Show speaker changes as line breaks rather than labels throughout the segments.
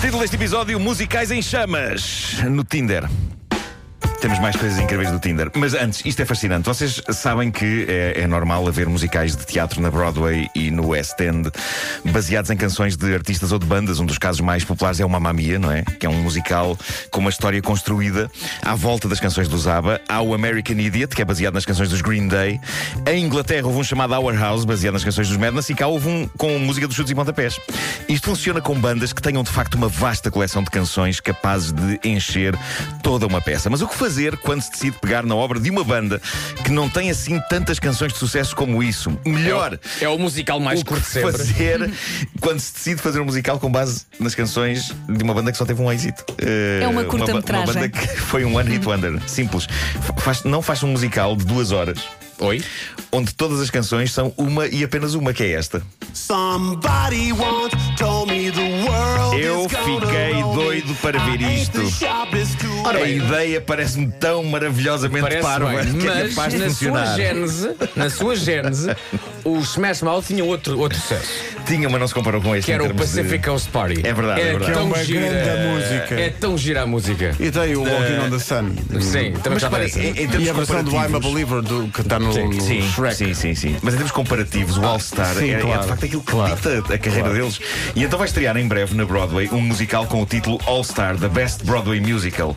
Título deste episódio: Musicais em Chamas no Tinder. Temos mais coisas incríveis do Tinder. Mas antes, isto é fascinante. Vocês sabem que é, é normal haver musicais de teatro na Broadway e no West End baseados em canções de artistas ou de bandas. Um dos casos mais populares é o Mamma Mia, não é? Que é um musical com uma história construída à volta das canções do Zaba. Há o American Idiot, que é baseado nas canções dos Green Day. Em Inglaterra houve um chamado Our House, baseado nas canções dos Madness. E cá houve um com música dos chutes e pontapés. Isto funciona com bandas que tenham de facto uma vasta coleção de canções capazes de encher toda uma peça. Mas o que fazer quando se decide pegar na obra de uma banda que não tem assim tantas canções de sucesso como isso? Melhor,
É o musical mais
o que
curto sempre.
fazer quando se decide fazer um musical com base nas canções de uma banda que só teve um êxito? Eh,
É uma
ba-
curta-metragem.
Uma banda que foi um one hit wonder. Simples. Fa- faz- não faça um musical de duas horas.
Oi?
Onde todas as canções são uma e apenas uma, que é esta.
Somebody once told me the world
Eu
is gonna
fiquei
roll me.
doido para ver
I ain't
isto.
the sharpest tool.
a ideia parece-me tão maravilhosamente
Parece
parva
bem,
que é
mas
capaz de
na sua
funcionar.
gênese, na sua gênese, o Smash Mouth tinha outro, outro sucesso,
Tinha, mas não se comparou com este.
que
em
era o
termos de-
Pacific Coast Party.
É verdade, é verdade.
tão
É uma
gira,
grande música.
É tão gira a música.
E tem o Walking on the Sun.
Sim, também
Mas
já
espera,
parece.
em, em termos
E a versão do I'm a
comparativos-
Believer do, que tá está no, no
Sim,
Shrek.
sim, sim, sim. Mas em termos comparativos, o All Star
Sim,
é, é
claro.
de facto aquilo que
Claro.
dita a carreira deles. E então vai estrear em breve na Broadway um musical com o título All Star, The Best Broadway Musical.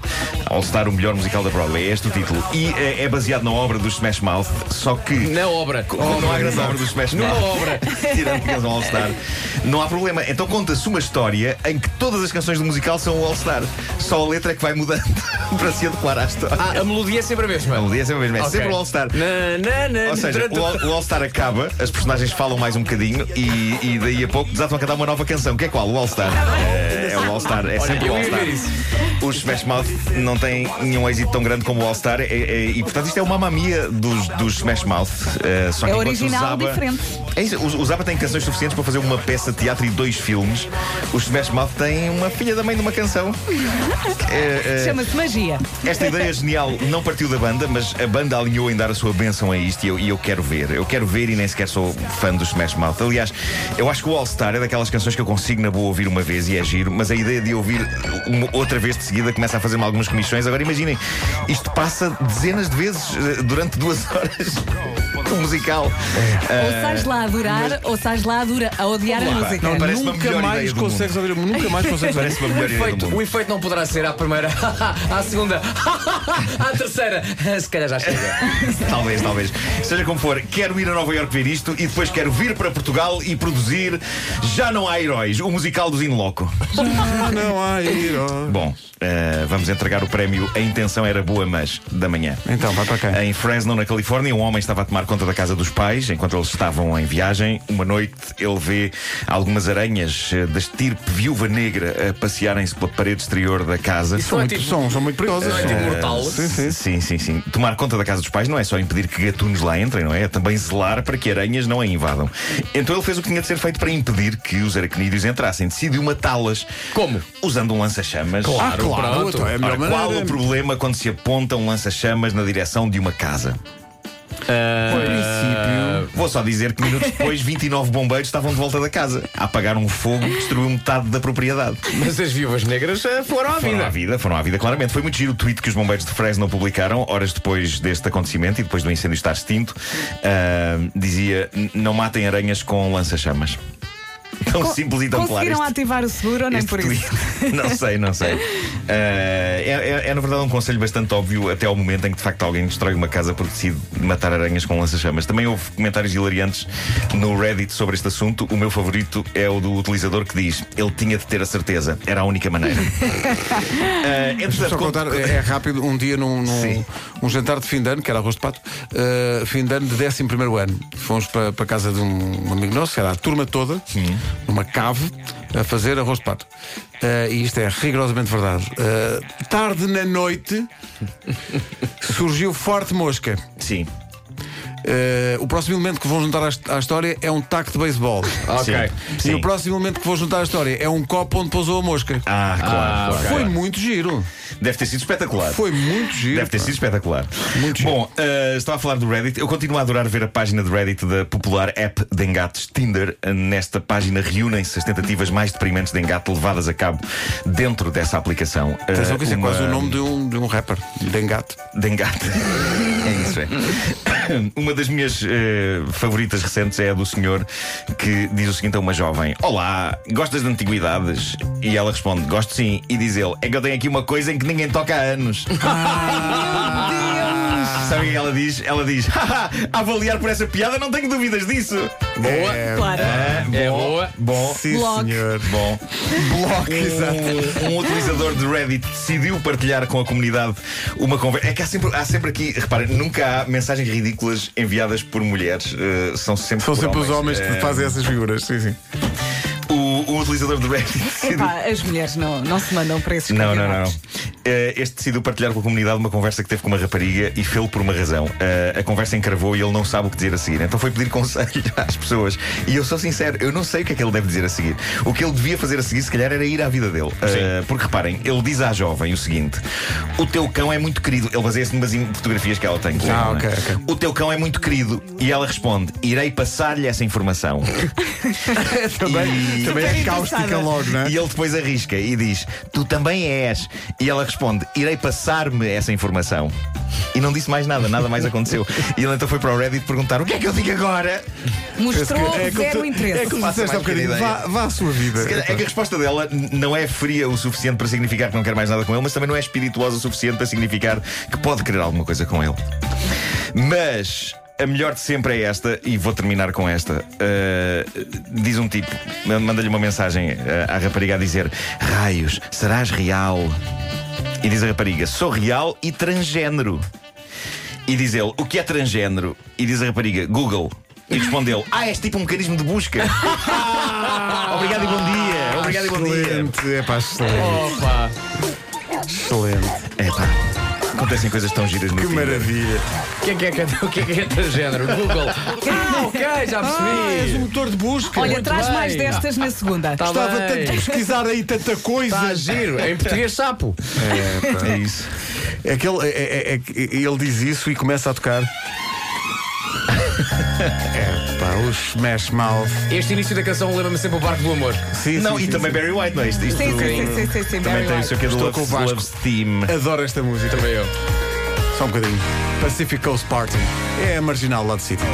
All Star, o melhor musical da Broadway, é este o título. E eh, é baseado na obra do Smash Mouth, só que.
Na obra. é
Como é- Oh, não é Ah. há grande obra do Smash Mouth.
Numa obra.
Tirando que eles All Star. Não há problema. Então conta-se uma história em que todas as canções do musical são o All Star. Só a letra é que vai mudando para se adequar à história.
Ah, a melodia é sempre a mesma.
A melodia é sempre a mesma. É
Ok.
sempre o All Star.
Na, na, na,
Ou seja,
durante
o All, o All Star acaba, as personagens falam mais um bocadinho e, e daí a pouco desatam a cantar uma nova canção. Que é qual? O All Star. É, é o All Star, é sempre o
eu
All
ia
Star.
ver isso.
Os Smash Mouth não têm nenhum êxito tão grande como o All Star é- é- e, portanto, isto é uma mamia dos, dos Smash Mouth. eh, só que
É
enquanto
original,
o Zaba,
diferente.
É isso, o, o Zaba tem canções suficientes para fazer uma peça de teatro e dois filmes. Os Smash Mouth têm uma filha da mãe de uma canção.
Chama-se magia.
Esta ideia genial não partiu da banda, mas a banda alinhou em dar a sua bênção a isto e eu, e eu quero ver. Eu quero ver e nem sequer sou fã dos Smash Mouth. Aliás, eu acho que o All Star é daquelas canções que eu consigo na boa ouvir uma vez e é giro, mas a ideia de ouvir uma- outra vez de seguida começa a fazer-me algumas comissões. Agora imaginem, isto passa dezenas de vezes eh, durante duas horas. Um musical. É.
Ou sais lá a adorar, ou sais lá a, dura- a odiar a música.
não, parece- uma
Nunca
melhor
mais
ideia do
consegues ouvir. Nunca mais consegues ouvir.
Parece uma melhor ideia é do
Efeito, o
mundo.
efeito não poderá ser à primeira, à segunda, à terceira. Se calhar já chega.
Talvez, talvez. Seja como for, quero ir a Nova Iorque ver isto e depois quero vir para Portugal e produzir Já Não Há Heróis, o musical dos In Loco.
Ah, não há herói.
Bom, eh, vamos entregar o prémio A Intenção Era Boa, mas da manhã.
Então, vai para quem?
Em Fresno, na Califórnia, um homem estava a tomar conta da casa dos pais enquanto eles estavam em viagem. Uma noite ele vê algumas aranhas eh, da estirpe viúva negra a passearem-se pela parede exterior da casa.
Isso
São
não é
muito,
tipo-
são, são muito perigosas.
não é tipo
São-
mortal?
Sim, sim.
Sim, sim, sim. Tomar conta da casa dos pais não é só impedir que gatunos lá entrem, não é? É também zelar para que aranhas não a invadam. Então ele fez o que tinha de ser feito para impedir que os aracnídeos entrassem. Decidiu matá-las.
Como?
Usando um lança-chamas.
Ah, claro.
pronto.
então É a
Ora,
melhor
qual o
maneira.
problema quando se aponta um lança-chamas na direção de uma casa?
Ah, princípio.
Vou só dizer que minutos depois, 29 bombeiros estavam de volta da casa a apagar um fogo que destruiu metade da propriedade.
Mas as viúvas negras eh, foram à
Foram à
vida.
vida, foram à vida, claramente. Foi muito giro o tweet que os bombeiros de Fresno publicaram horas depois deste acontecimento e depois do incêndio estar extinto. Ah, dizia: "N- não matem aranhas com lança-chamas. Tão
Co-
simples e tão claro.
Conseguiram
este-
ativar o seguro ou nem
este
por isso?
tweet. não sei, não sei. Ah, é, é- é, na verdade, um conselho bastante óbvio até ao momento em que, de facto, alguém destrói uma casa porque decide matar aranhas com lança-chamas. Também houve comentários hilariantes no Reddit sobre este assunto. O meu favorito é o do utilizador que diz: ele tinha de ter a certeza, era a única maneira. Ah, entretanto,
Só
con-
contar, é é rápido, um dia num, num-
Sim.
um jantar de fim de ano, que era arroz de pato, eh, fim de ano de 11 ano. Fomos para, para casa de um, um amigo nosso, que era a turma toda, numa cave, a fazer arroz de pato. Eh, e isto é rigorosamente verdade. Eh, tarde na noite surgiu forte mosca.
Sim.
Eh, o próximo elemento que vão juntar à, hist- à história é um taco de beisebol.
Ok.
Ah, Sim.
E
Sim.
o próximo elemento que vou juntar à história é um copo onde pousou a mosca.
Ah, claro. claro.
Foi muito giro.
Deve ter sido espetacular.
Foi muito giro.
Deve ter
pá.
sido espetacular.
Muito
Bom, eh, estava a falar do Reddit. Eu continuo a adorar ver a página de Reddit da popular app de engates Tinder. Eh, Nesta página reúnem-se as tentativas mais deprimentes de engate levadas a cabo dentro dessa aplicação. Eh,
Atenção que isso
uma-
é quase o nome de um, de um rapper, Dengate.
de engate. É isso, é. Uma das minhas eh, favoritas recentes é a do senhor que diz o seguinte a uma jovem: Olá, gostas de antiguidades? E ela responde: Gosto sim. E diz ele: É que eu tenho aqui uma coisa em que ninguém toca há anos. Sabe Ah, o que ela diz? Ela diz: Haha, a avaliar por essa piada, não tenho dúvidas disso.
Boa.
Claro.
É boa.
Bom.
Sim,
Bloco.
senhor.
Bom,
Bloco, exato.
um, um utilizador de Reddit decidiu partilhar com a comunidade uma conversa. É que há sempre, há sempre aqui, reparem, nunca há mensagens ridículas enviadas por mulheres. eh, são sempre,
São
por
sempre os homens
Eh,
que fazem essas figuras. Sim, sim.
o, o utilizador de Reddit decidiu.
Epá, as mulheres não, não se mandam para esses
Não, não, não.
campeonatos.
não. Eh, este decidiu partilhar com a comunidade uma conversa que teve com uma rapariga e fê-lo por uma razão. Eh, a conversa encravou e ele não sabe o que dizer a seguir. Então foi pedir conselho às pessoas. E eu sou sincero, eu não sei o que é que ele deve dizer a seguir. O que ele devia fazer a seguir, se calhar, era ir à vida dele. Eh, porque reparem, ele diz à jovem o seguinte: O teu cão é muito querido. Ele baseia-se numas im- fotografias que ela tem. que
Ah,
não é?
ok, ok.
O teu cão é muito querido. E ela responde: Irei passar-lhe essa informação.
Também,
E-
também é
Super
cáustica
engraçada.
logo, não é?
E ele depois arrisca e diz: Tu também és. E ela responde: Irei passar-me essa informação. E não disse mais nada, nada mais aconteceu. E ele então foi para o Reddit perguntar: O que é que eu digo agora?
Mostrou
É como
zero
tu-
interesse.
É como tu
Faça
disseste há
mais pequena
bocadinho.
ideia.
Vá, vá à sua vida.
Se calhar É que a resposta dela n- não é fria o suficiente para significar que não quer mais nada com ele, mas também não é espirituosa o suficiente para significar que pode querer alguma coisa com ele. Mas a melhor de sempre é esta, e vou terminar com esta. Uh, diz um tipo, manda-lhe uma mensagem uh, à rapariga a dizer: Raios, serás real? E diz a rapariga: Sou real e transgênero. E diz ele: O que é transgênero? E diz a rapariga: Google. E respondeu: Ah, és tipo um mecanismo de busca. Obrigado e bom dia. Obrigado e bom dia.
Excelente. É pá, excelente.
Opa.
Excelente.
É pá, acontecem coisas tão giras no
Que
Tinder.
maravilha.
O que é que é que- o que é que é teu género? Google. Ah, ok, já
Ah, és um
percebi.
motor de busca.
Olha,
Muito
traz
bem.
mais destas na segunda.
Tá
Estava
bem.
tanto a pesquisar aí tanta coisa.
Está Tá
Tá.
giro. Em português, sapo.
É, pá.
É isso.
É que ele, é- é- é que ele diz isso e começa a tocar. É, pá, o Smash Mouth.
Este início da canção lembra-me sempre o Barco do Amor.
Sim,
Não,
sim,
e
sim,
também
sim.
Barry White, não é? Isto, isto
Sim, sim, sim, sim, sim,
também
Barry
tem o
White.
seu que é do
Estou com o
Love's,
Vasco.
Love's Theme.
Adoro esta música.
Também eu.
Só um bocadinho. Pacific Coast Party. É a marginal lá de sítio.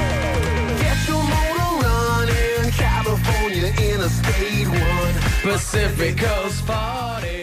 Get your motor running, California Interstate 1.
Pacific Coast Party.